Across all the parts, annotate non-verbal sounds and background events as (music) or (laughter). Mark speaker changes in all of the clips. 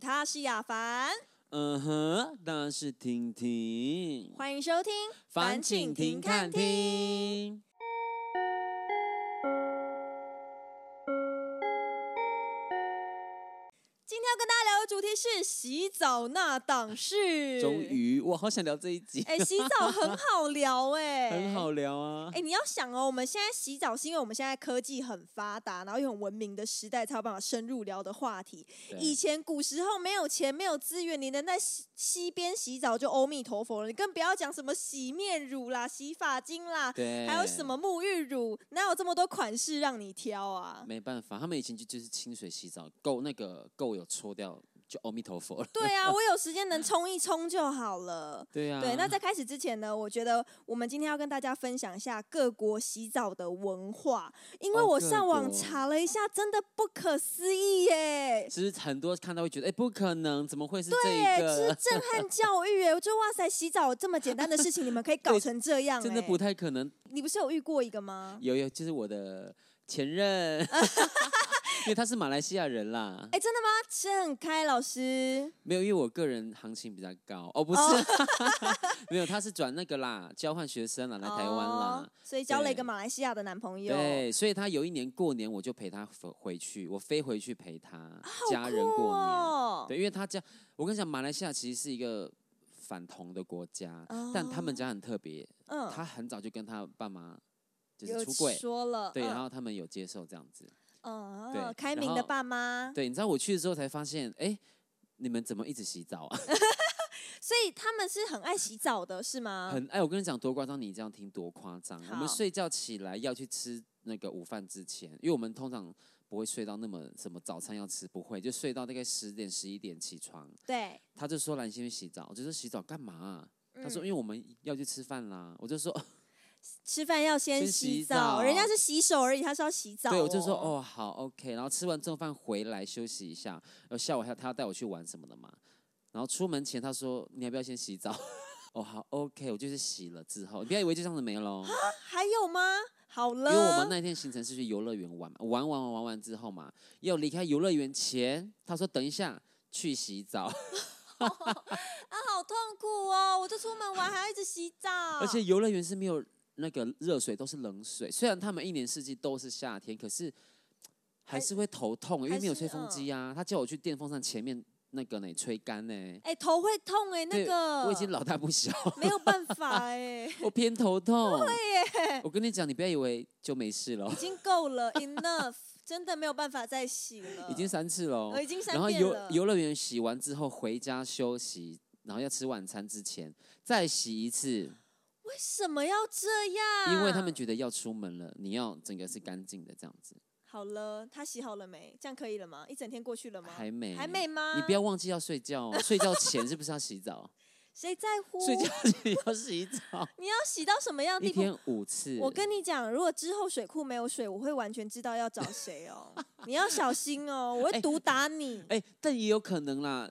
Speaker 1: 他是亚凡，
Speaker 2: 嗯哼，那是婷婷。
Speaker 1: 欢迎收听
Speaker 2: 烦请听看。听。
Speaker 1: 今天要跟大家聊的主题是洗澡那档事。
Speaker 2: 终，于，我好想聊这一集，
Speaker 1: 哎、洗澡很好聊哎、
Speaker 2: (laughs) 很好聊啊
Speaker 1: 哎、。你要想哦，我们现在洗澡是因为我们现在科技很发达，然后又很文明的时代，才有办法深入聊的话题。
Speaker 2: 对
Speaker 1: 以前古时候没有钱，没有资源，你能在溪溪边洗澡就阿弥陀佛了。你更不要讲什么洗面乳啦、洗发精啦，
Speaker 2: 对，
Speaker 1: 还有什？么沐浴乳，哪有这么多款式让你挑啊？
Speaker 2: 没办法，他们以前就就是清水洗澡，够那个够有搓掉，就阿弥陀佛
Speaker 1: (laughs)
Speaker 2: (laughs) 了。
Speaker 1: 对啊，我有时间能冲一冲就好了。
Speaker 2: 对啊，
Speaker 1: 对，那在开始之前呢，我觉得我们今天要跟大家分享一下各国洗澡的文化，因为
Speaker 2: 哦
Speaker 1: 我
Speaker 2: 各
Speaker 1: 上网
Speaker 2: 国
Speaker 1: 查了一下，真的不可思议耶！
Speaker 2: 其实很多看到会觉得，哎，不可能，怎么会是这
Speaker 1: 对，
Speaker 2: 一
Speaker 1: 这是
Speaker 2: 个？
Speaker 1: 震
Speaker 2: (laughs)
Speaker 1: 撼教育哎！我觉得哇塞，洗澡这么简单的事情，你们可以搞
Speaker 2: 对
Speaker 1: 成这样，
Speaker 2: (laughs)
Speaker 1: 哎
Speaker 2: 真的不。太可能。
Speaker 1: 你不是有遇过一个吗？
Speaker 2: 有有，就是我的前任， (laughs)
Speaker 1: (laughs)
Speaker 2: 因为他是马来西亚人啦。
Speaker 1: 哎，真的吗？盛开老师，
Speaker 2: 没有，因为我个人行情比较高。哦，不是， (laughs) 没有，他是转那个啦，交换学生啦，来台湾啦。
Speaker 1: 哦，所以交了一
Speaker 2: 对
Speaker 1: 个马来西亚的男朋友。
Speaker 2: 对，所以他有一年过年，我就陪他回回去，我飞回去陪他、家人过年。
Speaker 1: 啊哦，
Speaker 2: 对，因为他家，我跟你讲，马来西亚其实是一个反同的国家，
Speaker 1: 哦
Speaker 2: 但他们家很特别，
Speaker 1: 嗯
Speaker 2: 他很早就跟他爸妈就
Speaker 1: 有
Speaker 2: 是出柜，
Speaker 1: 说了，
Speaker 2: 对，
Speaker 1: 嗯
Speaker 2: 然后他们有接受这样子。
Speaker 1: 嗯，
Speaker 2: 对
Speaker 1: 嗯开
Speaker 2: 然
Speaker 1: 明的
Speaker 2: 后
Speaker 1: 爸妈，
Speaker 2: 对，你知道我去的时候才发现，哎，你们怎么一直洗澡啊？
Speaker 1: 所以他们是很爱洗澡的，是吗？
Speaker 2: 很哎，我跟你讲多夸张，你这样听多夸张。我
Speaker 1: 嗯好
Speaker 2: 们睡觉起来要去吃那个午饭之前，因为我们通常不会睡到那么什么早餐要吃，不会就睡到大概十点十一点起床。
Speaker 1: 对，
Speaker 2: 他就说：“来，你先去洗澡。”我就说：“洗澡干嘛啊、他说：“
Speaker 1: 嗯
Speaker 2: 因为我们要去吃饭啦。”我就说
Speaker 1: 吃饭要先
Speaker 2: 先
Speaker 1: 洗
Speaker 2: 洗
Speaker 1: 澡，人家
Speaker 2: 澡
Speaker 1: 是洗手而已，他是要洗：“澡。
Speaker 2: 对，我就说，哦，好，OK。”然后吃完中饭回来休息一下，然后下午还他要带我去玩什么的嘛。然后出门前他说：“你要不要先洗澡？” (laughs) 哦，好，OK，我就是洗了之后，你不要以为就这样子没哦喽。
Speaker 1: 还有吗？好了，
Speaker 2: 因为我们那天行程是去游乐园玩嘛，玩玩玩玩完之后嘛，要离开游乐园前，他说等一下去洗澡，
Speaker 1: 啊，好痛苦哦！我就出门玩还要一直洗澡，
Speaker 2: 而且游乐园是没有那个热水，都是冷水。虽然他们一年四季都是夏天，可是还是会头痛，因
Speaker 1: 还
Speaker 2: 为没有
Speaker 1: 是嗯
Speaker 2: 吹风机啊。他叫我去电风扇前面那个呢吹干呢、
Speaker 1: 哎、头会痛哎、那
Speaker 2: 对
Speaker 1: 个
Speaker 2: 我已经老大不小，
Speaker 1: 没有办
Speaker 2: (laughs)
Speaker 1: 法哎、
Speaker 2: 我偏头痛。我跟你讲，你不要以为就没事了
Speaker 1: 已，经够了，enough，真 (laughs) 的没有办法再洗了，哦
Speaker 2: 已经三次了。
Speaker 1: 我已经三
Speaker 2: 然后
Speaker 1: 遍
Speaker 2: 游
Speaker 1: 了，
Speaker 2: 游乐园洗完之后回家休息，然后要吃晚餐之前再洗一次，
Speaker 1: 为什么要这样？
Speaker 2: 因为他们觉得要出门了，你要整个是干净的这样子。
Speaker 1: 好了，他洗好了没？这样可以了吗？一整天过去了吗？
Speaker 2: 还没，
Speaker 1: 还没吗？
Speaker 2: 你不要忘记要睡觉哦，睡觉前是不是要洗澡？
Speaker 1: 谁在乎？
Speaker 2: 睡觉前要洗澡，
Speaker 1: 哦你要洗到什么样的
Speaker 2: 一
Speaker 1: 地步？
Speaker 2: 天五次。
Speaker 1: 我跟你讲，如果之后水库没有水，我会完全知道要找谁
Speaker 2: (laughs)
Speaker 1: 哦。你要小心哦，我会
Speaker 2: 哎
Speaker 1: 毒打你。
Speaker 2: 哎、但也有可能啦，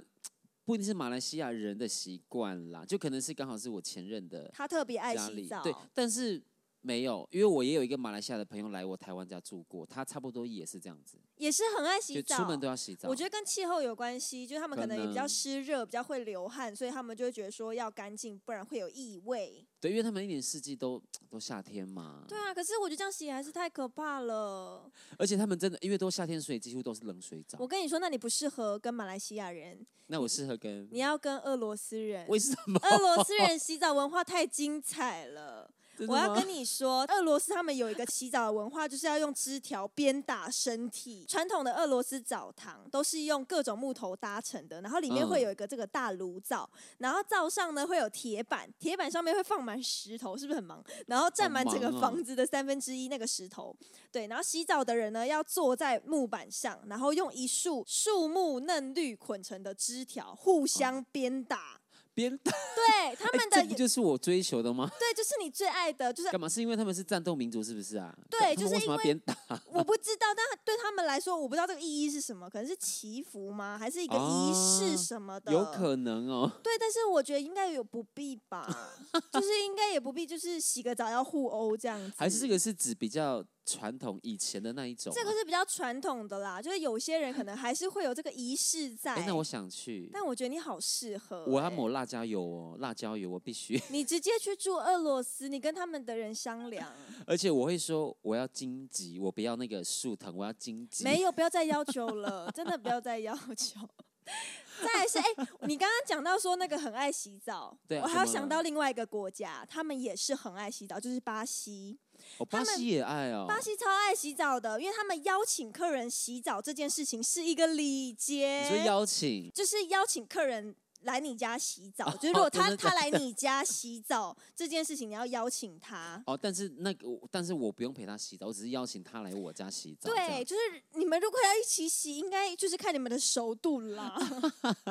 Speaker 2: 不一定是马来西亚人的习惯啦，就可能是刚好是我前任的
Speaker 1: 他特别爱
Speaker 2: 家
Speaker 1: 洗
Speaker 2: 里
Speaker 1: 澡，
Speaker 2: 对，但是没有，因为我也有一个马来西亚的朋友来我台湾家住过，他差不多也是这样子，
Speaker 1: 也是很爱洗
Speaker 2: 就
Speaker 1: 澡。
Speaker 2: 出门都要洗澡。
Speaker 1: 我觉得跟气候有关系，就是他们可
Speaker 2: 可
Speaker 1: 能也比较
Speaker 2: 能
Speaker 1: 湿热，比较会流汗，所以他们就会觉得说要干净，不然会有异味。
Speaker 2: 对，因为他们一年四季都都夏天嘛，
Speaker 1: 对啊，可是我觉得这样洗还是太可怕了。
Speaker 2: 而且他们真的因为都夏天，所以几乎都是冷水澡
Speaker 1: 我。跟你说，那你不适合跟马来西亚人，
Speaker 2: 那我适合跟
Speaker 1: 你要跟俄罗斯人。
Speaker 2: (laughs) 为什么？
Speaker 1: (laughs) 俄罗斯人洗澡文化太精彩了。
Speaker 2: 真的
Speaker 1: 我要
Speaker 2: 吗
Speaker 1: 跟你说，俄罗斯他们有一个洗澡的文化，就是要用枝条鞭打身体。传统的俄罗斯澡堂都是用各种木头搭成的，然后里面
Speaker 2: 嗯
Speaker 1: 会有一个这个大炉灶，然后灶上呢会有铁板，铁板上面会放满石头，是不是很忙？然后占满整个
Speaker 2: 好忙哦
Speaker 1: 房子的三分之一那个石头。对，然后洗澡的人呢要坐在木板上，然后用一束树木嫩绿捆成的枝条互相
Speaker 2: 哦
Speaker 1: 鞭打。
Speaker 2: 边打
Speaker 1: 对，他
Speaker 2: 哎
Speaker 1: 们的、
Speaker 2: 这不就是我追求的吗？
Speaker 1: 对，就是你最爱的，就是
Speaker 2: 干嘛？是因为他们是战斗民族，是不是啊？
Speaker 1: 对
Speaker 2: 他
Speaker 1: 就
Speaker 2: 们
Speaker 1: 是
Speaker 2: 为什么
Speaker 1: 因为
Speaker 2: 要边打？
Speaker 1: 我不知道，但对他们来说，我不知道这个意义是什么，可能是祈福吗？还是一个仪式
Speaker 2: 啊
Speaker 1: 什么的？
Speaker 2: 有可能哦。
Speaker 1: 对，但是我觉得应该有不必吧，就是应该也不必，就是洗个澡要互殴这样子，
Speaker 2: 还是这
Speaker 1: 个
Speaker 2: 个是指比较传统以前的那一种吗？
Speaker 1: 这个是比较传统的啦，就是有些人可能还是会有这个仪式在
Speaker 2: 哎、。那我想去，
Speaker 1: 但我觉得你好适合、
Speaker 2: 我要
Speaker 1: 欸
Speaker 2: 抹辣椒油哦，辣椒油我必须， (laughs)
Speaker 1: 你直接去住俄罗斯，你跟他们的人商量，
Speaker 2: (laughs) 而且我会说我要荆棘，我不要那个树藤，我要荆棘。
Speaker 1: 没有，不要再要求了，真的不要再要求。再来是，哎、你刚刚讲到说那个很爱洗澡，
Speaker 2: 对啊
Speaker 1: 我还有
Speaker 2: 怎么
Speaker 1: 想
Speaker 2: 了
Speaker 1: 到另外一个国家，他们也是很爱洗澡，就是巴西。
Speaker 2: 哦，
Speaker 1: 他
Speaker 2: 巴
Speaker 1: 们
Speaker 2: 西也爱哦，
Speaker 1: 巴西超爱洗澡的，因为他们邀请客人洗澡这件事情是一个礼
Speaker 2: 你说
Speaker 1: 节，
Speaker 2: 邀请，
Speaker 1: 就是邀请客人来你家洗澡，就是如
Speaker 2: 哦
Speaker 1: 果
Speaker 2: 真
Speaker 1: 他
Speaker 2: 的
Speaker 1: 他
Speaker 2: 假
Speaker 1: 来你家洗澡这件事情，你要邀请他。
Speaker 2: 哦，但是那个，但是我不用陪他洗澡，我只是邀请他来我家洗澡。这样
Speaker 1: 对，就是你们如果要一起洗，应该就是看你们的熟度啦。 (laughs) 对，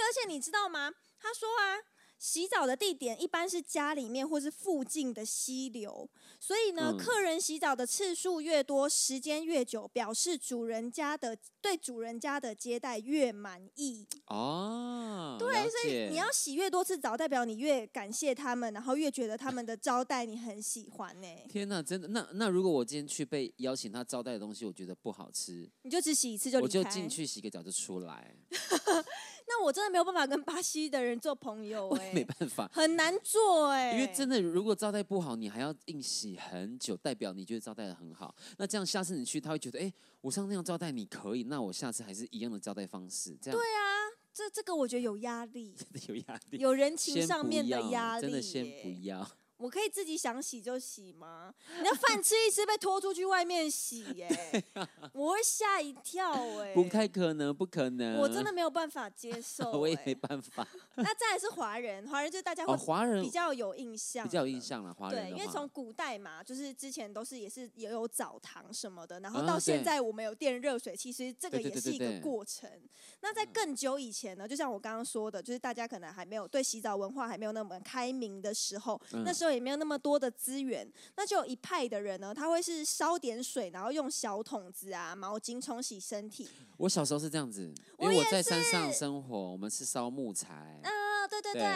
Speaker 2: (laughs)
Speaker 1: 而且你知道吗？他说啊，洗澡的地点一般是家里面或是附近的溪流，所以呢，
Speaker 2: 嗯
Speaker 1: 客人洗澡的次数越多，时间越久，表示主人家的对主人家的接待越满意。
Speaker 2: 哦，
Speaker 1: 对
Speaker 2: 了
Speaker 1: 所以
Speaker 2: 解
Speaker 1: 你要洗越多次澡，代表你越感谢他们，然后越觉得他们的招待你很喜欢欸呢、
Speaker 2: 天哪，真的那那如果我今天去被邀请他招待的东西，我觉得不好吃，
Speaker 1: 你就只洗一次就离
Speaker 2: 我
Speaker 1: 开。
Speaker 2: 就进去洗个澡就出来，
Speaker 1: 那我真的没有办法跟巴西的人做朋友
Speaker 2: 我
Speaker 1: 哎、
Speaker 2: 也没办法。
Speaker 1: 很难做哎、
Speaker 2: 因为真的，如果招待不好，你还要硬洗很久，代表你觉得招待的很好。那这样下次你去，他会觉得，哎、我上次那样招待你可以，那我下次还是一样的招待方式，这样
Speaker 1: 对啊，这这个我觉得有压力，
Speaker 2: 真 (laughs) 的有压力。
Speaker 1: 有人情
Speaker 2: 先
Speaker 1: 上
Speaker 2: 不
Speaker 1: 面的
Speaker 2: 要
Speaker 1: 压力、耶
Speaker 2: 真的先不要。
Speaker 1: 我可以自己想洗就洗吗？你要饭吃一吃被拖出去外面洗
Speaker 2: (laughs)
Speaker 1: 耶、我会吓一跳哎、
Speaker 2: 不太可能，不可能。
Speaker 1: 我真的没有办法接受、
Speaker 2: (laughs) 我也
Speaker 1: 哎
Speaker 2: 没办法。
Speaker 1: 那再来是华人，华人就大家
Speaker 2: 哦，
Speaker 1: 会
Speaker 2: 华人
Speaker 1: 比较有印象、
Speaker 2: 比较有印。象了，华
Speaker 1: 对，
Speaker 2: 人
Speaker 1: 因
Speaker 2: 的
Speaker 1: 为
Speaker 2: 话
Speaker 1: 从，古代嘛，就是之前都是也是也有澡堂什么的，然
Speaker 2: 啊
Speaker 1: 后到现
Speaker 2: 对
Speaker 1: 在我们有电热水器，其实这个
Speaker 2: 对对
Speaker 1: 也
Speaker 2: 对
Speaker 1: 是
Speaker 2: 对
Speaker 1: 一个
Speaker 2: 对嗯
Speaker 1: 过程。那在更久以前呢，就像我刚刚说的，就是大家可能还没有对洗澡文化还没有那么开明的时候，那
Speaker 2: 嗯
Speaker 1: 时候也没有那么多的资源，那就有一派的人呢，他会是烧点水，然后用小桶子啊、毛巾冲洗身体。
Speaker 2: 我小时候是这样子，
Speaker 1: 我
Speaker 2: 因为我在山上生活，我们是烧木材。嗯
Speaker 1: 啊，对对对
Speaker 2: 对。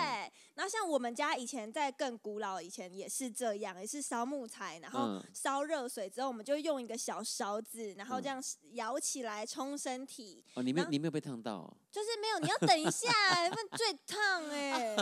Speaker 1: 然后像我们家以前在更古老以前也是这样，也是烧木材，然后
Speaker 2: 嗯
Speaker 1: 烧热水之后，我们就用一个小勺子，然后这
Speaker 2: 嗯
Speaker 1: 样摇起来冲身体，
Speaker 2: 哦，你没
Speaker 1: 然
Speaker 2: 有
Speaker 1: 后
Speaker 2: 你没有被烫到哦？
Speaker 1: 就是没有你要等一下，不然最烫
Speaker 2: (laughs)
Speaker 1: 哎、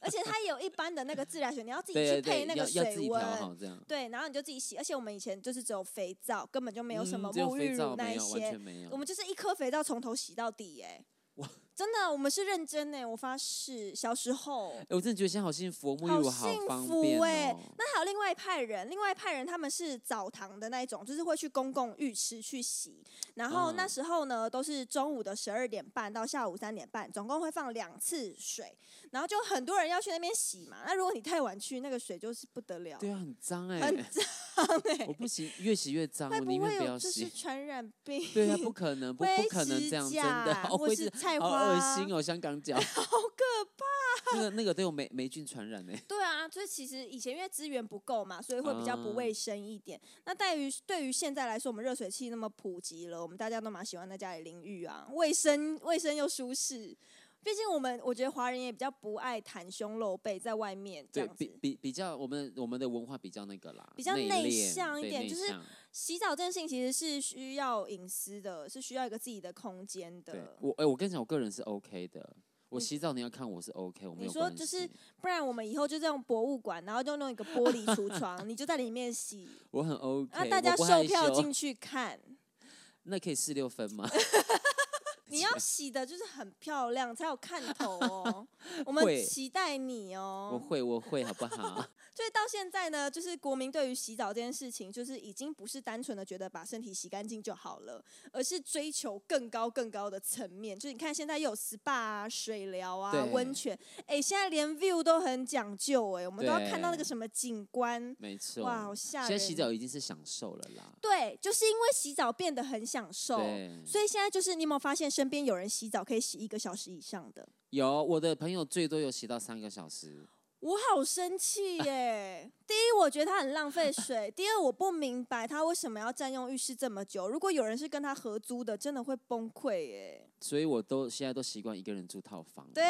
Speaker 1: 而且它有一般的那个自来水，你要自己去
Speaker 2: 对
Speaker 1: 配
Speaker 2: 对
Speaker 1: 那
Speaker 2: 对，
Speaker 1: 个
Speaker 2: 要要自
Speaker 1: 水
Speaker 2: 己调好
Speaker 1: 温。
Speaker 2: 这样。
Speaker 1: 对，然后你就自己洗，而且我们以前就是只有肥皂，根本就没有什
Speaker 2: 嗯
Speaker 1: 么
Speaker 2: 只有
Speaker 1: 沐
Speaker 2: 肥
Speaker 1: 浴乳
Speaker 2: 皂
Speaker 1: 那
Speaker 2: 没
Speaker 1: 一
Speaker 2: 有完
Speaker 1: 些
Speaker 2: 全，没有。
Speaker 1: 我们就是一颗肥皂从头洗到底、哎，
Speaker 2: 哇
Speaker 1: 真的，我们是认真哎、我发誓，小时
Speaker 2: (laughs)
Speaker 1: 候。
Speaker 2: 哎我真的觉得现在好幸福哦，沐
Speaker 1: 好
Speaker 2: 浴乳好
Speaker 1: 幸
Speaker 2: 方
Speaker 1: 福
Speaker 2: 便
Speaker 1: 欸
Speaker 2: 哦。
Speaker 1: 那还有另外一派人，另外一派人他们是澡堂的那一种，就是会去公共浴池去洗。然后那
Speaker 2: 嗯
Speaker 1: 时候呢，都是中午的十二点半到下午三点半，总共会放两次水。然后就很多人要去那边洗嘛。那如果你太晚去，那个水就是不得了，
Speaker 2: 对啊，很脏
Speaker 1: (laughs)
Speaker 2: 哎，
Speaker 1: 很脏哎、
Speaker 2: 我不行，越洗越脏，
Speaker 1: 会
Speaker 2: 我宁
Speaker 1: 会
Speaker 2: 愿不
Speaker 1: 有
Speaker 2: 要
Speaker 1: 就是
Speaker 2: 洗。
Speaker 1: 传染病？
Speaker 2: 对啊，
Speaker 1: (laughs)
Speaker 2: 不可能，不不
Speaker 1: 灰
Speaker 2: 可能
Speaker 1: 指
Speaker 2: 这样，真
Speaker 1: 甲 (laughs)
Speaker 2: 的，哦
Speaker 1: 或
Speaker 2: 会
Speaker 1: 是
Speaker 2: 是
Speaker 1: 菜
Speaker 2: 好
Speaker 1: 花
Speaker 2: 恶心哦，香
Speaker 1: (laughs)
Speaker 2: 港脚，好可怕。那个那个都有霉霉菌传染哎。
Speaker 1: 对啊，所以其实以前因为资源不够嘛，所以会比较不
Speaker 2: 啊
Speaker 1: 卫生一点。那对于对于现在来说，我们热水器那么普及了，我们大家都蛮喜欢在家里淋浴啊，卫生卫生又舒适。毕竟我们我觉得华人也比较不爱袒胸露背在外面这
Speaker 2: 对
Speaker 1: 样
Speaker 2: 比
Speaker 1: 子。
Speaker 2: 比比较我们我们的文化比较那个啦，
Speaker 1: 比较
Speaker 2: 内
Speaker 1: 内
Speaker 2: 敛
Speaker 1: 向一
Speaker 2: 对
Speaker 1: 点
Speaker 2: 内
Speaker 1: 就是
Speaker 2: 向
Speaker 1: 洗澡这件事情其实是需要隐私的，是需要一个自己的空间
Speaker 2: 对
Speaker 1: 的。
Speaker 2: 我哎、我跟你讲，我个人是 OK 的。我
Speaker 1: 你
Speaker 2: 洗澡你要看我是 OK，我没
Speaker 1: 你
Speaker 2: 有
Speaker 1: 说
Speaker 2: 关
Speaker 1: 就
Speaker 2: 系。
Speaker 1: 是不然我们以后就这样博物馆，然后就弄一个玻璃橱
Speaker 2: (laughs)
Speaker 1: 窗，你就在里面洗，
Speaker 2: 我很 OK，、
Speaker 1: 啊，大家
Speaker 2: 我不
Speaker 1: 售
Speaker 2: 害
Speaker 1: 票
Speaker 2: 羞
Speaker 1: 进去看。
Speaker 2: 那可以四六
Speaker 1: (laughs)
Speaker 2: 分吗？
Speaker 1: 你要洗的就是很漂亮，才有看头
Speaker 2: (laughs)
Speaker 1: 哦。我们
Speaker 2: 会
Speaker 1: 期待你
Speaker 2: 我
Speaker 1: 哦。
Speaker 2: 会，我会，好不好？ (laughs)
Speaker 1: 所以到现在呢，就是国民对于洗澡这件事情，就是已经不是单纯的觉得把身体洗干净就好了，而是追求更高更高的层面。就是你看现在又有 SPA 啊、水疗啊
Speaker 2: 对、
Speaker 1: 温泉，哎、现在连 view 都很讲究哎、我们都要看到那
Speaker 2: 对
Speaker 1: 个什么景观，
Speaker 2: 没错。
Speaker 1: 哇，好吓
Speaker 2: 现
Speaker 1: 人。
Speaker 2: 在洗澡已经是享受了啦。
Speaker 1: 对，就是因为洗澡变得很享受。
Speaker 2: 对，
Speaker 1: 所以现在就是，你有没有发现身边有人洗澡可以洗一个小时以上的？
Speaker 2: 有我的朋友最多有洗到三个小时，
Speaker 1: 我好生气耶！ (laughs) 第一，我觉得他很浪费水；
Speaker 2: (laughs)
Speaker 1: 第二，我不明白他为什么要占用浴室这么久。如果有人是跟他合租的，真的会崩溃耶。
Speaker 2: 所以我都现在都习惯一个人住套房。
Speaker 1: 对，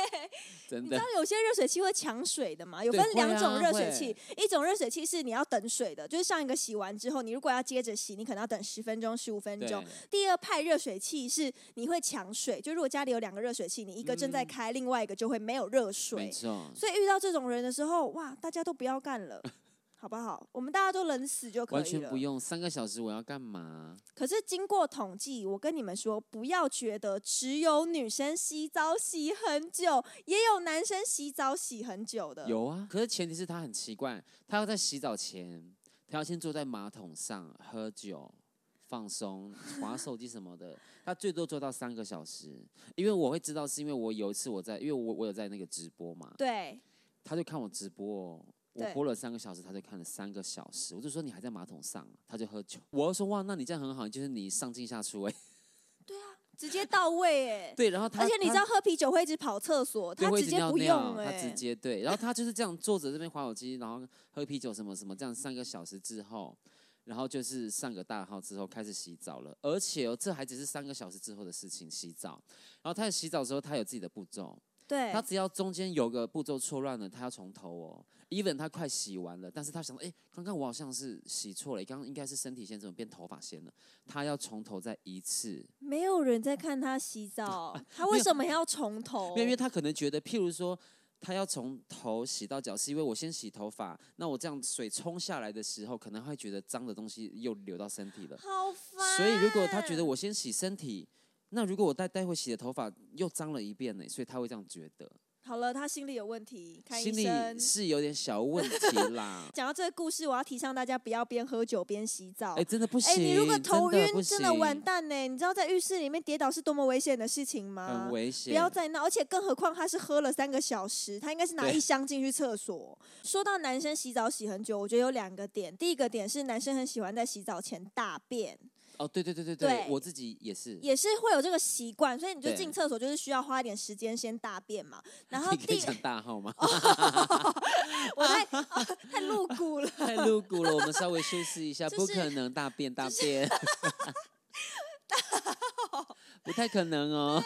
Speaker 1: (laughs)
Speaker 2: 真
Speaker 1: 你
Speaker 2: 的
Speaker 1: 知道有些热水器会抢水的嘛？有
Speaker 2: 对
Speaker 1: 分
Speaker 2: 会啊
Speaker 1: 两种热水器，一种热水器是你要等水的，就是上一个洗完之后，你如果要接着洗，你可能要等十分钟、十五分
Speaker 2: 对
Speaker 1: 钟。第二派热水器是你会抢水，就如果家里有两个热水器，你一个正在
Speaker 2: 嗯
Speaker 1: 开，另外一个就会没有热
Speaker 2: 没
Speaker 1: 水。
Speaker 2: 错。
Speaker 1: 所以遇到这种人的时候，哇，大家都不要干了，好不好？我们大家都冷死就可
Speaker 2: 完
Speaker 1: 以
Speaker 2: 全
Speaker 1: 了
Speaker 2: 不。用三个小时，我要干嘛？
Speaker 1: 可是经过统计，我跟你们说，不要觉得只有女生洗澡洗很久，也有男生洗澡洗很久的。
Speaker 2: 有啊，可是前提是他很奇怪，他要在洗澡前，他要先坐在马桶上喝酒、
Speaker 1: (laughs)
Speaker 2: 放松、划手机什么的，他最多做到三个小时。因为我会知道，是因为我有一次我在，因为我我有在那个直播嘛，
Speaker 1: 对，
Speaker 2: 他就看我直播、哦。我
Speaker 1: 对
Speaker 2: 播了三个小时，他就看了三个小时。我就说你还在马桶上，他就喝酒。我就说哇，那你这样很好，就是你上进下出哎、
Speaker 1: 直接到位哎、
Speaker 2: (laughs) 对，然后他
Speaker 1: 而且你
Speaker 2: 他
Speaker 1: 知道喝啤酒会一直跑厕所，
Speaker 2: 对，
Speaker 1: 他
Speaker 2: 会一
Speaker 1: 直
Speaker 2: 直
Speaker 1: 接
Speaker 2: 尿
Speaker 1: 不
Speaker 2: 尿
Speaker 1: 用哎、
Speaker 2: 他直接对，然后他就是这样坐着这边划手机，然后喝啤酒什么什么，这样三个小时之后，然后就是上个大号之后开始洗澡了，而且哦，这还只是三个小时之后的事情，洗澡。然后他在洗澡的时候，他有自己的步骤，
Speaker 1: 对
Speaker 2: 他，只要中间有个步骤错乱了，他要从头哦。even 他快洗完了，但是他想，哎，刚刚我好像是洗错了，刚刚应该是身体先，怎么变头发先了？他要从头再一次
Speaker 1: 没有人在看他洗
Speaker 2: (laughs)
Speaker 1: 澡，他为什么要从头？
Speaker 2: 没有，因为他可能觉得，譬如说，他要从头洗到脚，是因为我先洗头发，那我这样水冲下来的时候，可能会觉得脏的东西又流到身体了。
Speaker 1: 好烦。
Speaker 2: 所以如果他觉得我先洗身体，那如果我待待会洗的头发又脏了一遍呢，所以他会这样觉得，
Speaker 1: 好了，他心里有问题，看医
Speaker 2: 心里
Speaker 1: 生。
Speaker 2: 是有点小问题
Speaker 1: (laughs)
Speaker 2: 啦。
Speaker 1: 讲到这个故事，我要提倡大家不要边喝酒边洗澡。
Speaker 2: 哎、真的不行，
Speaker 1: 哎、你如果头
Speaker 2: 真的不
Speaker 1: 晕，真的完
Speaker 2: 行，
Speaker 1: 蛋呢、你知道在浴室里面跌倒是多么危险的事情吗
Speaker 2: 很？危
Speaker 1: 不
Speaker 2: 险。
Speaker 1: 要再闹，而且更何况他是喝了三个小时，他应该是拿
Speaker 2: 对
Speaker 1: 一箱进去厕所。说到男生洗澡洗很久，我觉得有两个点。第一个点是男生很喜欢在洗澡前大便，
Speaker 2: 哦，对对对对
Speaker 1: 对
Speaker 2: 我自己也是。 (laughs)
Speaker 1: 也是会有这个习惯，所以你就
Speaker 2: 对
Speaker 1: 进厕所就是需要花一点时间先大便嘛。
Speaker 2: (laughs)
Speaker 1: 然后
Speaker 2: 你可以
Speaker 1: 第
Speaker 2: 讲大号吗？
Speaker 1: 我太、哦太露骨了，
Speaker 2: 太露骨了，我们稍微修饰一下，
Speaker 1: 就
Speaker 2: 不
Speaker 1: 是
Speaker 2: 可能大便大
Speaker 1: (laughs)
Speaker 2: 便，不太可能哦。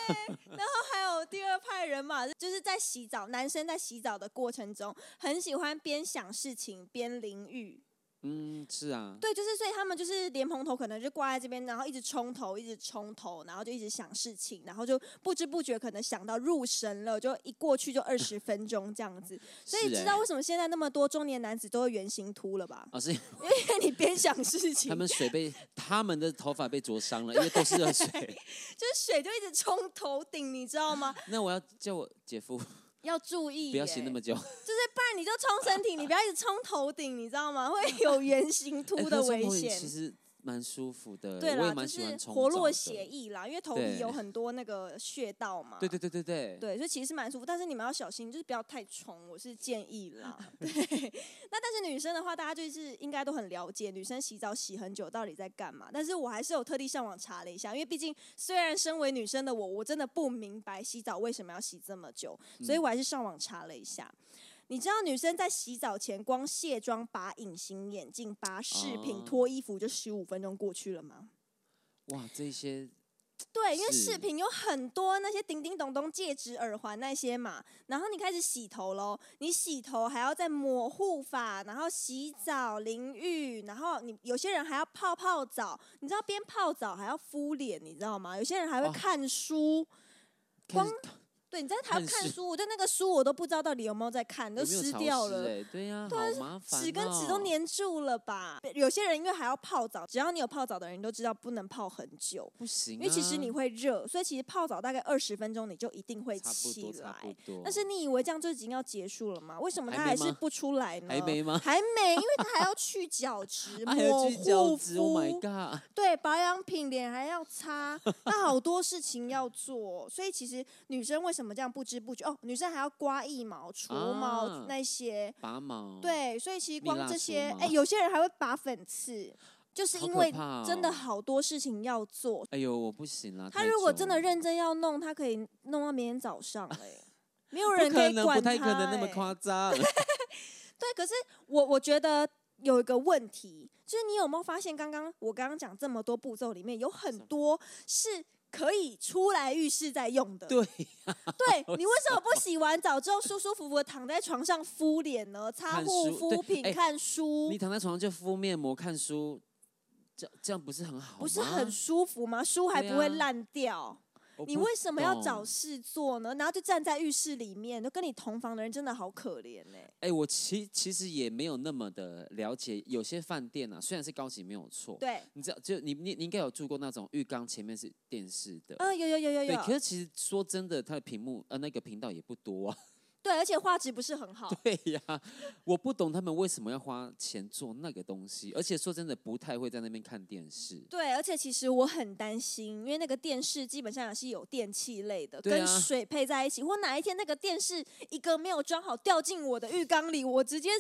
Speaker 1: 还有第二派人嘛，就是在洗澡，男生在洗澡的过程中，很喜欢边想事情边淋浴。
Speaker 2: 嗯，是啊，
Speaker 1: 对，就是所以他们就是莲蓬头可能就挂在这边，然后一直冲头，一直冲头，然后就一直想事情，然后就不知不觉可能想到入神了，就一过去就二十分钟这样子。所以
Speaker 2: 是
Speaker 1: 知
Speaker 2: 哎
Speaker 1: 道为什么现在那么多中年男子都会圆形秃了吧？ (laughs)
Speaker 2: 哦，是
Speaker 1: 因为你边想事情，
Speaker 2: 他们水被他们的头发被灼
Speaker 1: (laughs)
Speaker 2: 伤了，因为都是热水。
Speaker 1: 就是水就一直冲头顶，你知道吗？
Speaker 2: 那我要叫我姐夫
Speaker 1: 要注意、耶
Speaker 2: 不要洗那么久，
Speaker 1: 不然你就冲身体，你不要一直冲头顶，你知道
Speaker 2: (laughs)
Speaker 1: 吗？会有圆形
Speaker 2: 哎
Speaker 1: 秃
Speaker 2: 可
Speaker 1: 的
Speaker 2: 是冲
Speaker 1: 危
Speaker 2: 头也
Speaker 1: 险。
Speaker 2: 其实蛮舒服的，
Speaker 1: 对
Speaker 2: 我也
Speaker 1: 啦，
Speaker 2: 蛮
Speaker 1: 就
Speaker 2: 喜欢
Speaker 1: 是
Speaker 2: 冲
Speaker 1: 活
Speaker 2: 澡
Speaker 1: 络
Speaker 2: 的
Speaker 1: 血。液啦，因为头
Speaker 2: 对
Speaker 1: 皮有很多那个穴道嘛。
Speaker 2: 对对对对对，
Speaker 1: 对，所以其实是蛮舒服，但是你们要小心，就是不要太冲，我是建议啦。对，那但是女生的话，大家就是应该都很了解，女生洗澡洗很久到底在干嘛。但是我还是有特地上网查了一下，因为毕竟虽然身为女生的我，我真的不明白洗澡为什么要洗这么久，所以我还是上网查了一下。你知道女生在洗澡前，光卸妆、拔隐形眼镜、拔饰
Speaker 2: 哦
Speaker 1: 品、脱衣服就十五分钟过去了吗？
Speaker 2: 哇，这些
Speaker 1: 对，因为
Speaker 2: 是
Speaker 1: 饰品有很多那些叮叮咚咚戒指、耳环那些嘛，然后你开始洗头喽，你洗头还要再抹护发，然后洗澡、淋浴，然后你有些人还要泡泡澡，你知道边泡澡还要敷脸，你知道吗？有些人还会
Speaker 2: 哦
Speaker 1: 看书，
Speaker 2: 看
Speaker 1: 光对，你在台湾
Speaker 2: 看
Speaker 1: 看
Speaker 2: 书
Speaker 1: 书，我对那个书我都不知道到底有没有在看，
Speaker 2: 有
Speaker 1: 都
Speaker 2: 没有
Speaker 1: 湿
Speaker 2: 潮
Speaker 1: 掉
Speaker 2: 湿
Speaker 1: 了。啊
Speaker 2: 哎对呀，好麻烦哦，
Speaker 1: 纸跟纸都粘住了吧？有些人因为还要泡澡，只要你有泡澡的人，你都知道不能泡很久。
Speaker 2: 不行啊，
Speaker 1: 因为其实你会热，所以其实泡澡大概二十分钟你就一定会
Speaker 2: 差不
Speaker 1: 起
Speaker 2: 多差不
Speaker 1: 来。
Speaker 2: 多，
Speaker 1: 但是你以为这样就已经要结束了吗？为什么
Speaker 2: 还
Speaker 1: 它
Speaker 2: 没
Speaker 1: 还是
Speaker 2: 吗
Speaker 1: 不出来呢？
Speaker 2: 还没吗
Speaker 1: 还没，因为它还要去角质、
Speaker 2: (laughs) 哎呀，
Speaker 1: 抹
Speaker 2: 去角
Speaker 1: 呃护
Speaker 2: 质，Oh my
Speaker 1: 肤，
Speaker 2: god！
Speaker 1: 对，保养品脸还要擦，
Speaker 2: (laughs)
Speaker 1: 那好多事情要做。所以其实女生为什么这样不知不觉？哦，女生还要刮腋毛、除
Speaker 2: 啊
Speaker 1: 毛那些，
Speaker 2: 拔毛，，
Speaker 1: 对，所以其实
Speaker 2: 蜜
Speaker 1: 光
Speaker 2: 蜡
Speaker 1: 这
Speaker 2: 除
Speaker 1: 些，
Speaker 2: 毛
Speaker 1: 哎、有些人还会拔粉刺，就是
Speaker 2: 好
Speaker 1: 因
Speaker 2: 可
Speaker 1: 为
Speaker 2: 怕
Speaker 1: 真的
Speaker 2: 哦
Speaker 1: 好多事情要做，
Speaker 2: 哎呦，我不行啦。
Speaker 1: 他
Speaker 2: 太
Speaker 1: 如果
Speaker 2: 久
Speaker 1: 真的
Speaker 2: 了
Speaker 1: 认真要弄，他可以弄到明天早
Speaker 2: (laughs)
Speaker 1: 上哎、没有
Speaker 2: 不
Speaker 1: 人
Speaker 2: 可
Speaker 1: 以
Speaker 2: 能，
Speaker 1: 管
Speaker 2: 不
Speaker 1: 他、
Speaker 2: 太可能那么
Speaker 1: 哎
Speaker 2: 夸张。 (laughs)
Speaker 1: 对，可是我我觉得有一个问题，就是你有没有发现，刚刚我刚刚讲这么多步骤里面，有很多是可以出来浴室再用的。
Speaker 2: 对， (laughs)
Speaker 1: 对你为什么不洗完澡之后舒舒服服的躺在床上敷脸呢？擦
Speaker 2: 看
Speaker 1: 护
Speaker 2: 书对
Speaker 1: 肤品、
Speaker 2: 哎
Speaker 1: 看书
Speaker 2: 你，躺在床上就敷面膜看书，这样这样不是很好吗？
Speaker 1: 不是很舒服吗？书还
Speaker 2: 对
Speaker 1: 不会
Speaker 2: 啊
Speaker 1: 烂掉。
Speaker 2: 我
Speaker 1: 你
Speaker 2: 不
Speaker 1: 为什么要
Speaker 2: 懂
Speaker 1: 找事做呢？然后就站在浴室里面，都跟你同房的人真的好可怜呢、
Speaker 2: 哎、我其其实也没有那么的了解，有些饭店啊，虽然是高级没有错，
Speaker 1: 对，
Speaker 2: 你知道，就你你你应该有住过那种浴缸前面是电视的，
Speaker 1: 嗯，有有有有
Speaker 2: 对。
Speaker 1: 有，
Speaker 2: 可是其实说真的，它的屏幕呃那个频道也不多啊。
Speaker 1: 对，而且画质不是很好。
Speaker 2: (laughs) 对呀、我不懂他们为什么要花钱做那个东西，而且说真的，不太会在那边看电视。
Speaker 1: 对，而且其实我很担心，因为那个电视基本上也是有电器类的，
Speaker 2: 对
Speaker 1: 跟
Speaker 2: 啊
Speaker 1: 水配在一起，或哪一天那个电视一个没有装好掉进我的浴缸里，我直接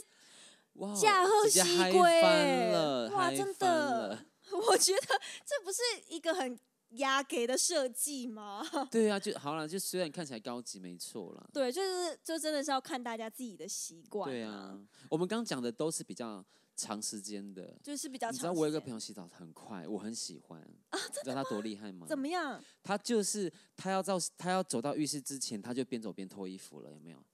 Speaker 2: 哇，哦
Speaker 1: 驾鹤
Speaker 2: 直接
Speaker 1: 西
Speaker 2: 嗨
Speaker 1: 归
Speaker 2: 翻了，
Speaker 1: 哇
Speaker 2: 嗨
Speaker 1: 真
Speaker 2: 翻
Speaker 1: 的
Speaker 2: 了。
Speaker 1: 我觉得这不是一个很压给的设计吗？ (laughs)
Speaker 2: 对啊，就好了，就虽然看起来高级，没错啦。
Speaker 1: 对，就是就真的是要看大家自己的习惯、
Speaker 2: 对啊，，我们刚讲的都是比较长时间的。
Speaker 1: 就是比较长
Speaker 2: 你
Speaker 1: 时
Speaker 2: 知
Speaker 1: 间。
Speaker 2: 道我有一个朋友洗澡很快，我很喜欢啊，你知道他多厉害吗？
Speaker 1: 怎么样？
Speaker 2: 他就是他要到他要走到浴室之前，他就边走边脱衣服了，
Speaker 1: (laughs)
Speaker 2: 有没有？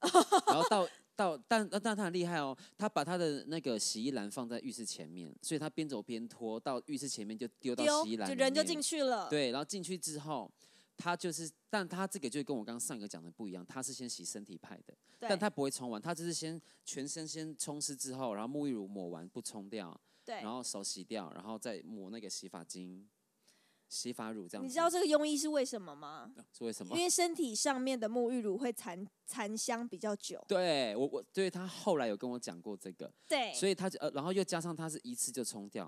Speaker 2: 然后到到，但但他很厉害哦，他把他的那个洗衣篮放在浴室前面，所以他边走边脱，到浴室前面就丢到
Speaker 1: 丢
Speaker 2: 洗衣篮，
Speaker 1: 就人就进。去了。
Speaker 2: 对，然后进去之后，他就是，但他这个就跟我刚刚上一个讲的不一样，他是先洗身体派的，
Speaker 1: 对，
Speaker 2: 但他不会冲完，他就是先全身先冲湿之后，然后沐浴乳抹完不冲掉，
Speaker 1: 对
Speaker 2: 然后手洗掉，然后再抹那个洗发精、洗发乳这样子。
Speaker 1: 你知道这个用意是为什么吗？
Speaker 2: 是为什
Speaker 1: 因
Speaker 2: 么？
Speaker 1: 为身体上面的沐浴乳会残残香比较久。
Speaker 2: 对我我对他后来有跟我讲过这个，
Speaker 1: 对，
Speaker 2: 所以他就呃，然后又加上他是一次就冲掉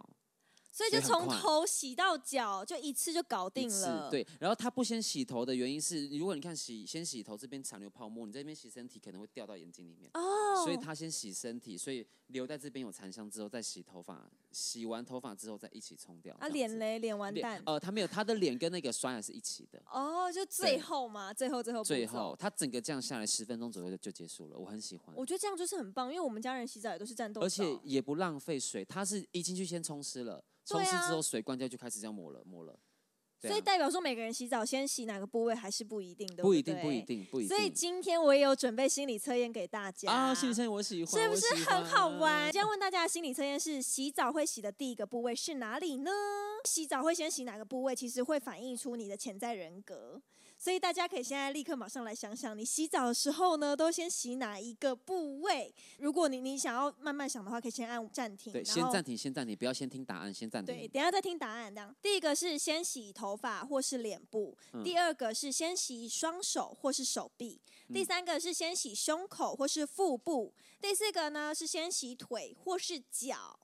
Speaker 1: 所以
Speaker 2: 所
Speaker 1: 就
Speaker 2: 以很
Speaker 1: 从
Speaker 2: 快
Speaker 1: 头洗到脚，就一次就搞
Speaker 2: 一
Speaker 1: 定
Speaker 2: 次
Speaker 1: 了。，
Speaker 2: 对，然后他不先洗头的原因是，如果你看洗先洗头这边残留泡沫，你这边洗身体可能会掉到眼睛里面，
Speaker 1: 哦，
Speaker 2: 所以他先洗身体，所以留在这边有残香之后再洗头发，洗完头发之后再一起冲掉。
Speaker 1: 啊
Speaker 2: 这样子
Speaker 1: 脸嘞，脸完
Speaker 2: 脸
Speaker 1: 蛋。
Speaker 2: 呃，他没有，他的脸跟那个刷牙是一起
Speaker 1: (laughs)
Speaker 2: 的。
Speaker 1: 哦，就最后嘛，最后最后步
Speaker 2: 最
Speaker 1: 骤
Speaker 2: 后，他整个这样下来十分钟左右就就结束了，我很喜欢。
Speaker 1: 我觉得这样就是很棒，因为我们家人洗澡也都是战斗澡，
Speaker 2: 而且也不浪费水，它是一进去先冲湿了，
Speaker 1: 对
Speaker 2: 冲湿
Speaker 1: 啊
Speaker 2: 之后水灌掉就开始这样抹了抹了。对
Speaker 1: 所以
Speaker 2: 啊
Speaker 1: 代表说每个人洗澡先洗哪个部位还是不一定的，
Speaker 2: 不
Speaker 1: 对
Speaker 2: 一定不一
Speaker 1: 对。
Speaker 2: 定不一
Speaker 1: 所
Speaker 2: 定。
Speaker 1: 以今天我也有准备心理测验给大家
Speaker 2: 啊，先生我喜欢，
Speaker 1: 是
Speaker 2: 我
Speaker 1: 不是
Speaker 2: 喜
Speaker 1: 很好
Speaker 2: 欢
Speaker 1: 玩？今天问大家的心理测验是：洗澡会洗的第一个部位是哪里呢？洗澡会先洗哪个部位，其实会反映出你的潜在人格。所以大家可以现在立刻马上来想想，你洗澡的时候呢，都先洗哪一个部位？如果你你想要慢慢想的话，可以先按暂停，
Speaker 2: 对，
Speaker 1: 然
Speaker 2: 先
Speaker 1: 后
Speaker 2: 暂停，先暂停，不要先听答案，先暂
Speaker 1: 对，
Speaker 2: 停。
Speaker 1: 等一下再听答案。这样，第一个是先洗头发或是脸部，
Speaker 2: 嗯
Speaker 1: 第二个是先洗双手或是手臂，
Speaker 2: 嗯
Speaker 1: 第三个是先洗胸口或是腹部，第四个呢是先洗腿或是脚。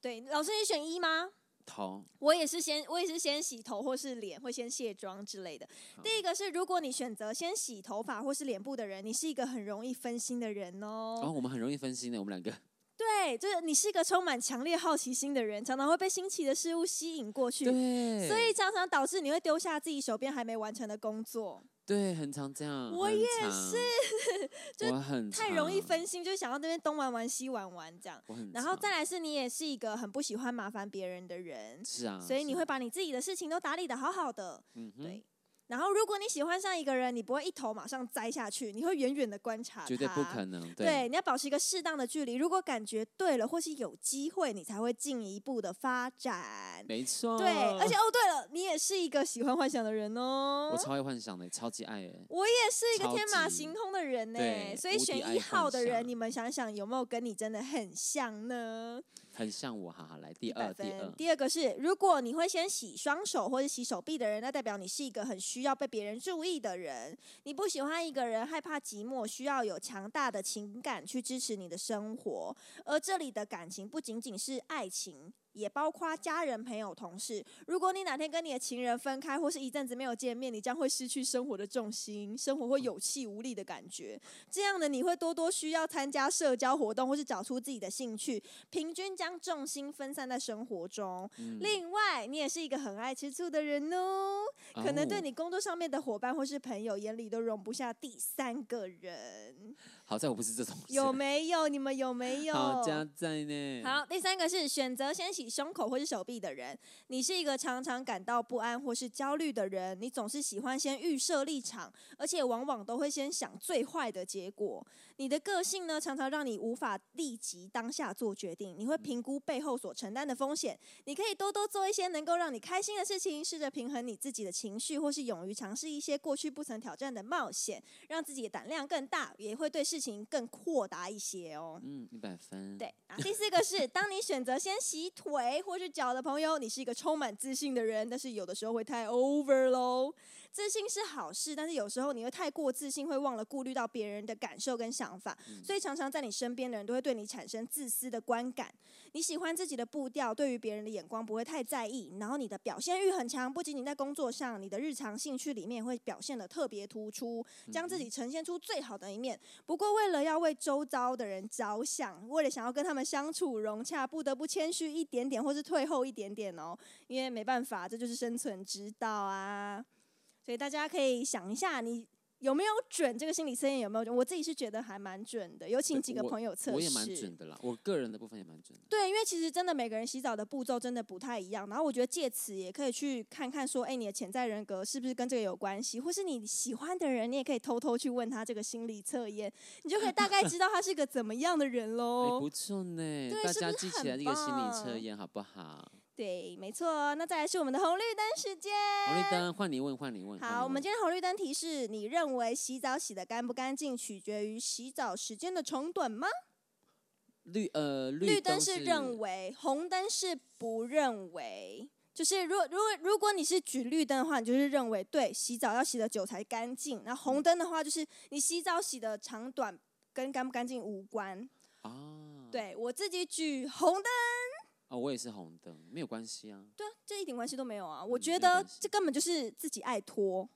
Speaker 1: 对，老师你选一吗？
Speaker 2: 头
Speaker 1: 我也是先，我也是先洗头或是脸，会先卸妆之类的。
Speaker 2: 好
Speaker 1: 第一个是，如果你选择先洗头发或是脸部的人，你是一个很容易分心的人
Speaker 2: 然
Speaker 1: 哦
Speaker 2: 后我们很容易分心的，我们
Speaker 1: (laughs)
Speaker 2: 两个。
Speaker 1: 对，就是你是一个充满强烈好奇心的人，常常会被新奇的事物吸引过去。
Speaker 2: 对，
Speaker 1: 所以常常导致你会丢下自己手边还没完成的工作，
Speaker 2: 对，很常这样。
Speaker 1: 我
Speaker 2: 很
Speaker 1: 也
Speaker 2: 常
Speaker 1: 是，就
Speaker 2: 我很
Speaker 1: 太容易
Speaker 2: 常，
Speaker 1: 分心，就想要那边东玩玩西玩玩这样。
Speaker 2: 我很
Speaker 1: 然后
Speaker 2: 常
Speaker 1: 再来是你也是一个很不喜欢麻烦别人的人，
Speaker 2: 是啊，
Speaker 1: 所以你
Speaker 2: 是
Speaker 1: 会把你自己的事情都打理的好好的。
Speaker 2: 嗯哼，
Speaker 1: 对。然后如果你喜欢上一个人，你不会一头马上栽下去，你会远远的观察他，
Speaker 2: 绝对不可能。
Speaker 1: 对。
Speaker 2: 对，
Speaker 1: 你要保持一个适当的距离。如果感觉对了，或是有机会，你才会进一步的发展。
Speaker 2: 没错。
Speaker 1: 对，而且哦，对了，你也是一个喜欢幻想的人哦。
Speaker 2: 我超爱幻想的，超级爱哎。
Speaker 1: 我也是一个
Speaker 2: 超
Speaker 1: 天马
Speaker 2: 级
Speaker 1: 行空的人呢、欸
Speaker 2: 对
Speaker 1: 所以
Speaker 2: 无敌
Speaker 1: 选
Speaker 2: 爱
Speaker 1: 一号
Speaker 2: 幻
Speaker 1: 的人，
Speaker 2: 想
Speaker 1: 你们想想有没有跟你真的很像呢？
Speaker 2: 很像我，哈哈，来第
Speaker 1: 一百
Speaker 2: 二，第
Speaker 1: 分
Speaker 2: 二。，
Speaker 1: 第二个是，如果你会先洗双手或者洗手臂的人，那代表你是一个很需要被别人注意的人。你不喜欢一个人，害怕寂寞，需要有强大的情感去支持你的生活。而这里的感情不仅仅是爱情。也包括家人、朋友、同事。如果你哪天跟你的情人分开，或是一阵子没有见面，你将会失去生活的重心，生活会有气无力的感觉。这样的你会多多需要参加社交活动，或是找出自己的兴趣，平均将重心分散在生活中。
Speaker 2: 嗯
Speaker 1: 另外，你也是一个很爱吃醋的人哦，可能对
Speaker 2: 哦
Speaker 1: 你工作上面的伙伴或是朋友眼里都容不下第三个人，
Speaker 2: 好在我不是这种人
Speaker 1: 有没有？你们有没有？
Speaker 2: 好加在呢。
Speaker 1: 好，第三个是选择先洗胸口或是手臂的人，你是一个常常感到不安或是焦虑的人，你总是喜欢先预设立场，而且往往都会先想最坏的结果。你的个性呢，常常让你无法立即当下做决定，你会评估背后所承担的风险。你可以多多做一些能够让你开心的事情，试着平衡你自己的情绪，或是勇于尝试一些过去不曾挑战的冒险，让自己的胆量更大，也会对事情更豁达一些哦。
Speaker 2: 嗯，一百分。，
Speaker 1: 对，啊，第四个是，当你选择先洗腿或是脚的朋友，你是一个充满自信的人，但是有的时候会太 over 喽。自信是好事，但是有时候你会太过自信，会忘了顾虑到别人的感受跟想法，所以常常在你身边的人都会对你产生自私的观感。你喜欢自己的步调，对于别人的眼光不会太在意，然后你的表现欲很强，不仅仅在工作上，你的日常兴趣里面也会表现的特别突出，将自己
Speaker 2: 嗯
Speaker 1: 呈现出最好的一面。不过，为了要为周遭的人着想，为了想要跟他们相处融洽，不得不谦虚一点点，或是退后一点点哦，因为没办法，这就是生存之道啊。所以大家可以想一下，你有没有准这个心理测验？有没有准？我自己是觉得还蛮准的，有请
Speaker 2: 对
Speaker 1: 几个
Speaker 2: 我
Speaker 1: 朋友测试。
Speaker 2: 我也蛮准的啦，我个人的部分也蛮准的。
Speaker 1: 对，因为其实真的每个人洗澡的步骤真的不太一样，然后我觉得借此也可以去看看说，哎，你的潜在人格是不是跟这个有关系，或是你喜欢的人，你也可以偷偷去问他这个心理测验，你就可以大概知道他是个怎么样的人
Speaker 2: (laughs) 哎、
Speaker 1: 喽。
Speaker 2: 不错呢，
Speaker 1: 哦对
Speaker 2: 大
Speaker 1: 是不
Speaker 2: 家
Speaker 1: 是
Speaker 2: 记起
Speaker 1: 很
Speaker 2: 来这个心理测
Speaker 1: 棒
Speaker 2: 验好不好？
Speaker 1: 对，没错。哦那再来是我们的红绿灯时间。
Speaker 2: 红绿灯，换你问，换你问。换你
Speaker 1: 好，我们
Speaker 2: 问
Speaker 1: 今天红绿灯提示，你认为洗澡洗的干不干净，取决于洗澡时间的长短吗？
Speaker 2: 绿呃绿
Speaker 1: 绿灯
Speaker 2: 灯
Speaker 1: 是认为，红灯是不认为。就是如果如果如果你是举绿灯的话，你就是认为对洗澡要洗的久才干净。那
Speaker 2: 嗯
Speaker 1: 红灯的话，就是你洗澡洗的长短跟干不干净无关。
Speaker 2: 啊，
Speaker 1: 对我自己举红灯，
Speaker 2: 哦，我也是红灯，没有关系啊，
Speaker 1: 对啊，这一点关系都没有啊。我
Speaker 2: 嗯
Speaker 1: 觉
Speaker 2: 没
Speaker 1: 得
Speaker 2: 关系
Speaker 1: 这根本就是自己爱拖。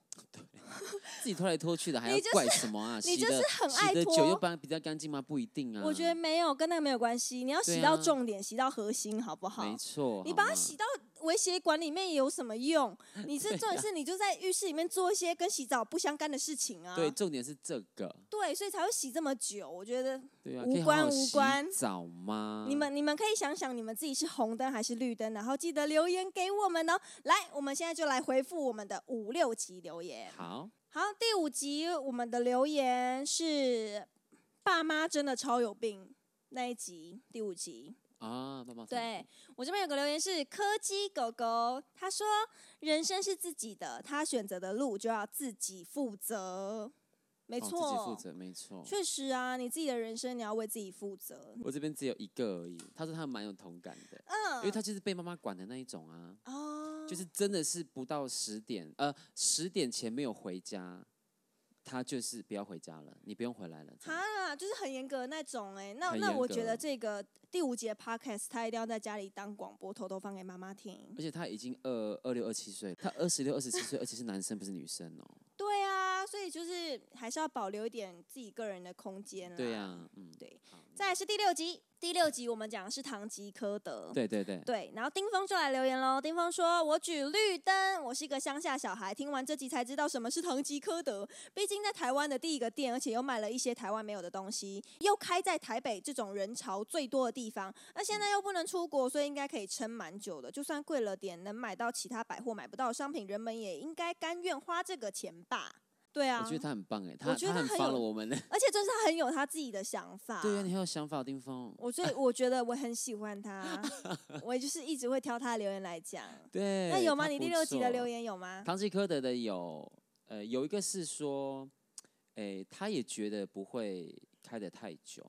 Speaker 2: 自己拖来拖去的还
Speaker 1: 你
Speaker 2: 要
Speaker 1: 就是
Speaker 2: 怪什么啊？
Speaker 1: (laughs) 你
Speaker 2: 洗
Speaker 1: 就
Speaker 2: 的
Speaker 1: 是很爱
Speaker 2: 洗的
Speaker 1: 拖
Speaker 2: 久又帮比较干净吗？不一定啊，
Speaker 1: 我觉得没有，跟那个没有关系。你要
Speaker 2: 对
Speaker 1: 洗到
Speaker 2: 啊
Speaker 1: 重点，洗到核心，好不好？
Speaker 2: 没错，
Speaker 1: 你
Speaker 2: 好
Speaker 1: 把它
Speaker 2: 吗
Speaker 1: 洗到微血管里面有什么
Speaker 2: (laughs)
Speaker 1: 用？你是
Speaker 2: 对
Speaker 1: 重点是你就在浴室里面做一些跟洗澡不相干的事情啊。
Speaker 2: 对，重点是这个，
Speaker 1: 对所以才会洗这么久。我觉得
Speaker 2: 对啊，
Speaker 1: 无
Speaker 2: 可以好
Speaker 1: 关
Speaker 2: 好
Speaker 1: 无
Speaker 2: 洗
Speaker 1: 关
Speaker 2: 澡吗？
Speaker 1: 你们、你们可以想想你们自己是红灯还是绿灯，然后记得留言给我们哦。来，我们现在就来回复我们的五六集留言。
Speaker 2: 好，
Speaker 1: 好，第五集我们的留言是爸妈真的超有病那一集，第五集。
Speaker 2: 啊，妈妈
Speaker 1: 对我这边有个留言是柯基狗狗，他说人生是自己的，他选择的路就要自己负责。没
Speaker 2: 没
Speaker 1: 错，
Speaker 2: 哦自己负责，哦没错。
Speaker 1: 确实啊，你自己的人生你要为自己负责。
Speaker 2: 我这边只有一个而已，他说他蛮有同感的，
Speaker 1: 嗯，
Speaker 2: 因为他就是被妈妈管的那一种啊，
Speaker 1: 哦，
Speaker 2: 就是真的是不到十点，呃，十点前没有回家，他就是不要回家了，你不用回来了。这样
Speaker 1: 哈，就是很严格的那种哎、那
Speaker 2: 很
Speaker 1: 那
Speaker 2: 严
Speaker 1: 我觉
Speaker 2: 格
Speaker 1: 得这个第五节 podcast 他一定要在家里当广播，偷偷放给妈妈听
Speaker 2: 而。且他已经二二六二七岁了，他二十六二十七岁，而且是男生不是女生哦。
Speaker 1: 对啊，所以就是还是要保留一点自己个人的空间啦。
Speaker 2: 对呀、嗯，
Speaker 1: 啊对
Speaker 2: 好，
Speaker 1: 再来是第六集，第六集我们讲的是堂吉诃德。
Speaker 2: 对对对，
Speaker 1: 对，然后丁峰就来留言喽。丁峰说：“我举绿灯，我是一个乡下小孩，听完这集才知道什么是堂吉诃德。毕竟在台湾的第一个店，而且又买了一些台湾没有的东西，又开在台北这种人潮最多的地方。那现在又不能出国，所以应该可以撑蛮久的。就算贵了点，能买到其他百货买不到的商品，人们也应该甘愿花这个钱吧？对
Speaker 2: 我
Speaker 1: 啊
Speaker 2: 觉，得他很棒哎，他
Speaker 1: 觉得
Speaker 2: 他很
Speaker 1: 他很
Speaker 2: follow
Speaker 1: 有
Speaker 2: 我们的，
Speaker 1: 而且就是他很有他自己的想法。
Speaker 2: (laughs) 对呀、啊你很有想法，丁峰。
Speaker 1: 我所以我觉得我很喜欢
Speaker 2: (laughs)
Speaker 1: 他，我就是一直会挑他的留言来讲。”
Speaker 2: 对，
Speaker 1: 那有吗？
Speaker 2: 他
Speaker 1: 你
Speaker 2: 不
Speaker 1: 第六集的
Speaker 2: 错
Speaker 1: 留言有吗？
Speaker 2: 唐吉诃德的有，呃，有一个是说，诶、哎他也觉得不会开得太久，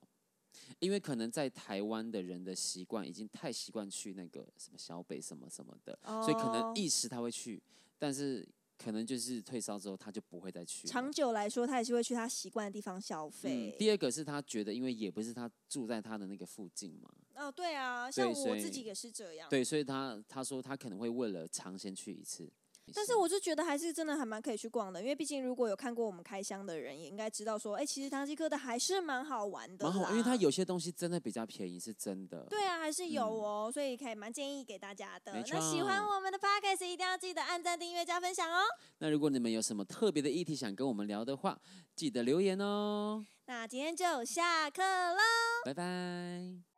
Speaker 2: 因为可能在台湾的人的习惯已经太习惯去那个什么小北什么什么的，所以可能
Speaker 1: 哦
Speaker 2: 一时他会去，但是可能就是退烧之后他就不会再去了。
Speaker 1: 长久来说，他也是会去他习惯的地方消
Speaker 2: 嗯
Speaker 1: 费，。
Speaker 2: 第二个是他觉得，因为也不是他住在他的那个附近嘛，
Speaker 1: 哦，对啊，像
Speaker 2: 对
Speaker 1: 我
Speaker 2: 所
Speaker 1: 自
Speaker 2: 以
Speaker 1: 己也是这样。
Speaker 2: 对，所以他他说他可能会为了尝鲜去一次。
Speaker 1: 但是我就觉得还是真的还蛮可以去逛的，因为毕竟如果有看过我们开箱的人，也应该知道说，哎、其实唐吉诃德还是蛮好玩的啦。
Speaker 2: 蛮好，因为他有些东西真的比较便宜，是真的。
Speaker 1: 对啊，还是有哦，所以可以蛮建议给大家的
Speaker 2: 没。
Speaker 1: 那喜欢
Speaker 2: 错
Speaker 1: 我们的 podcast 一定要记得按赞、订阅、加分享哦。
Speaker 2: 那如果你们有什么特别的议题想跟我们聊的话，记得留言哦。
Speaker 1: 那今天就下课喽。
Speaker 2: 拜拜。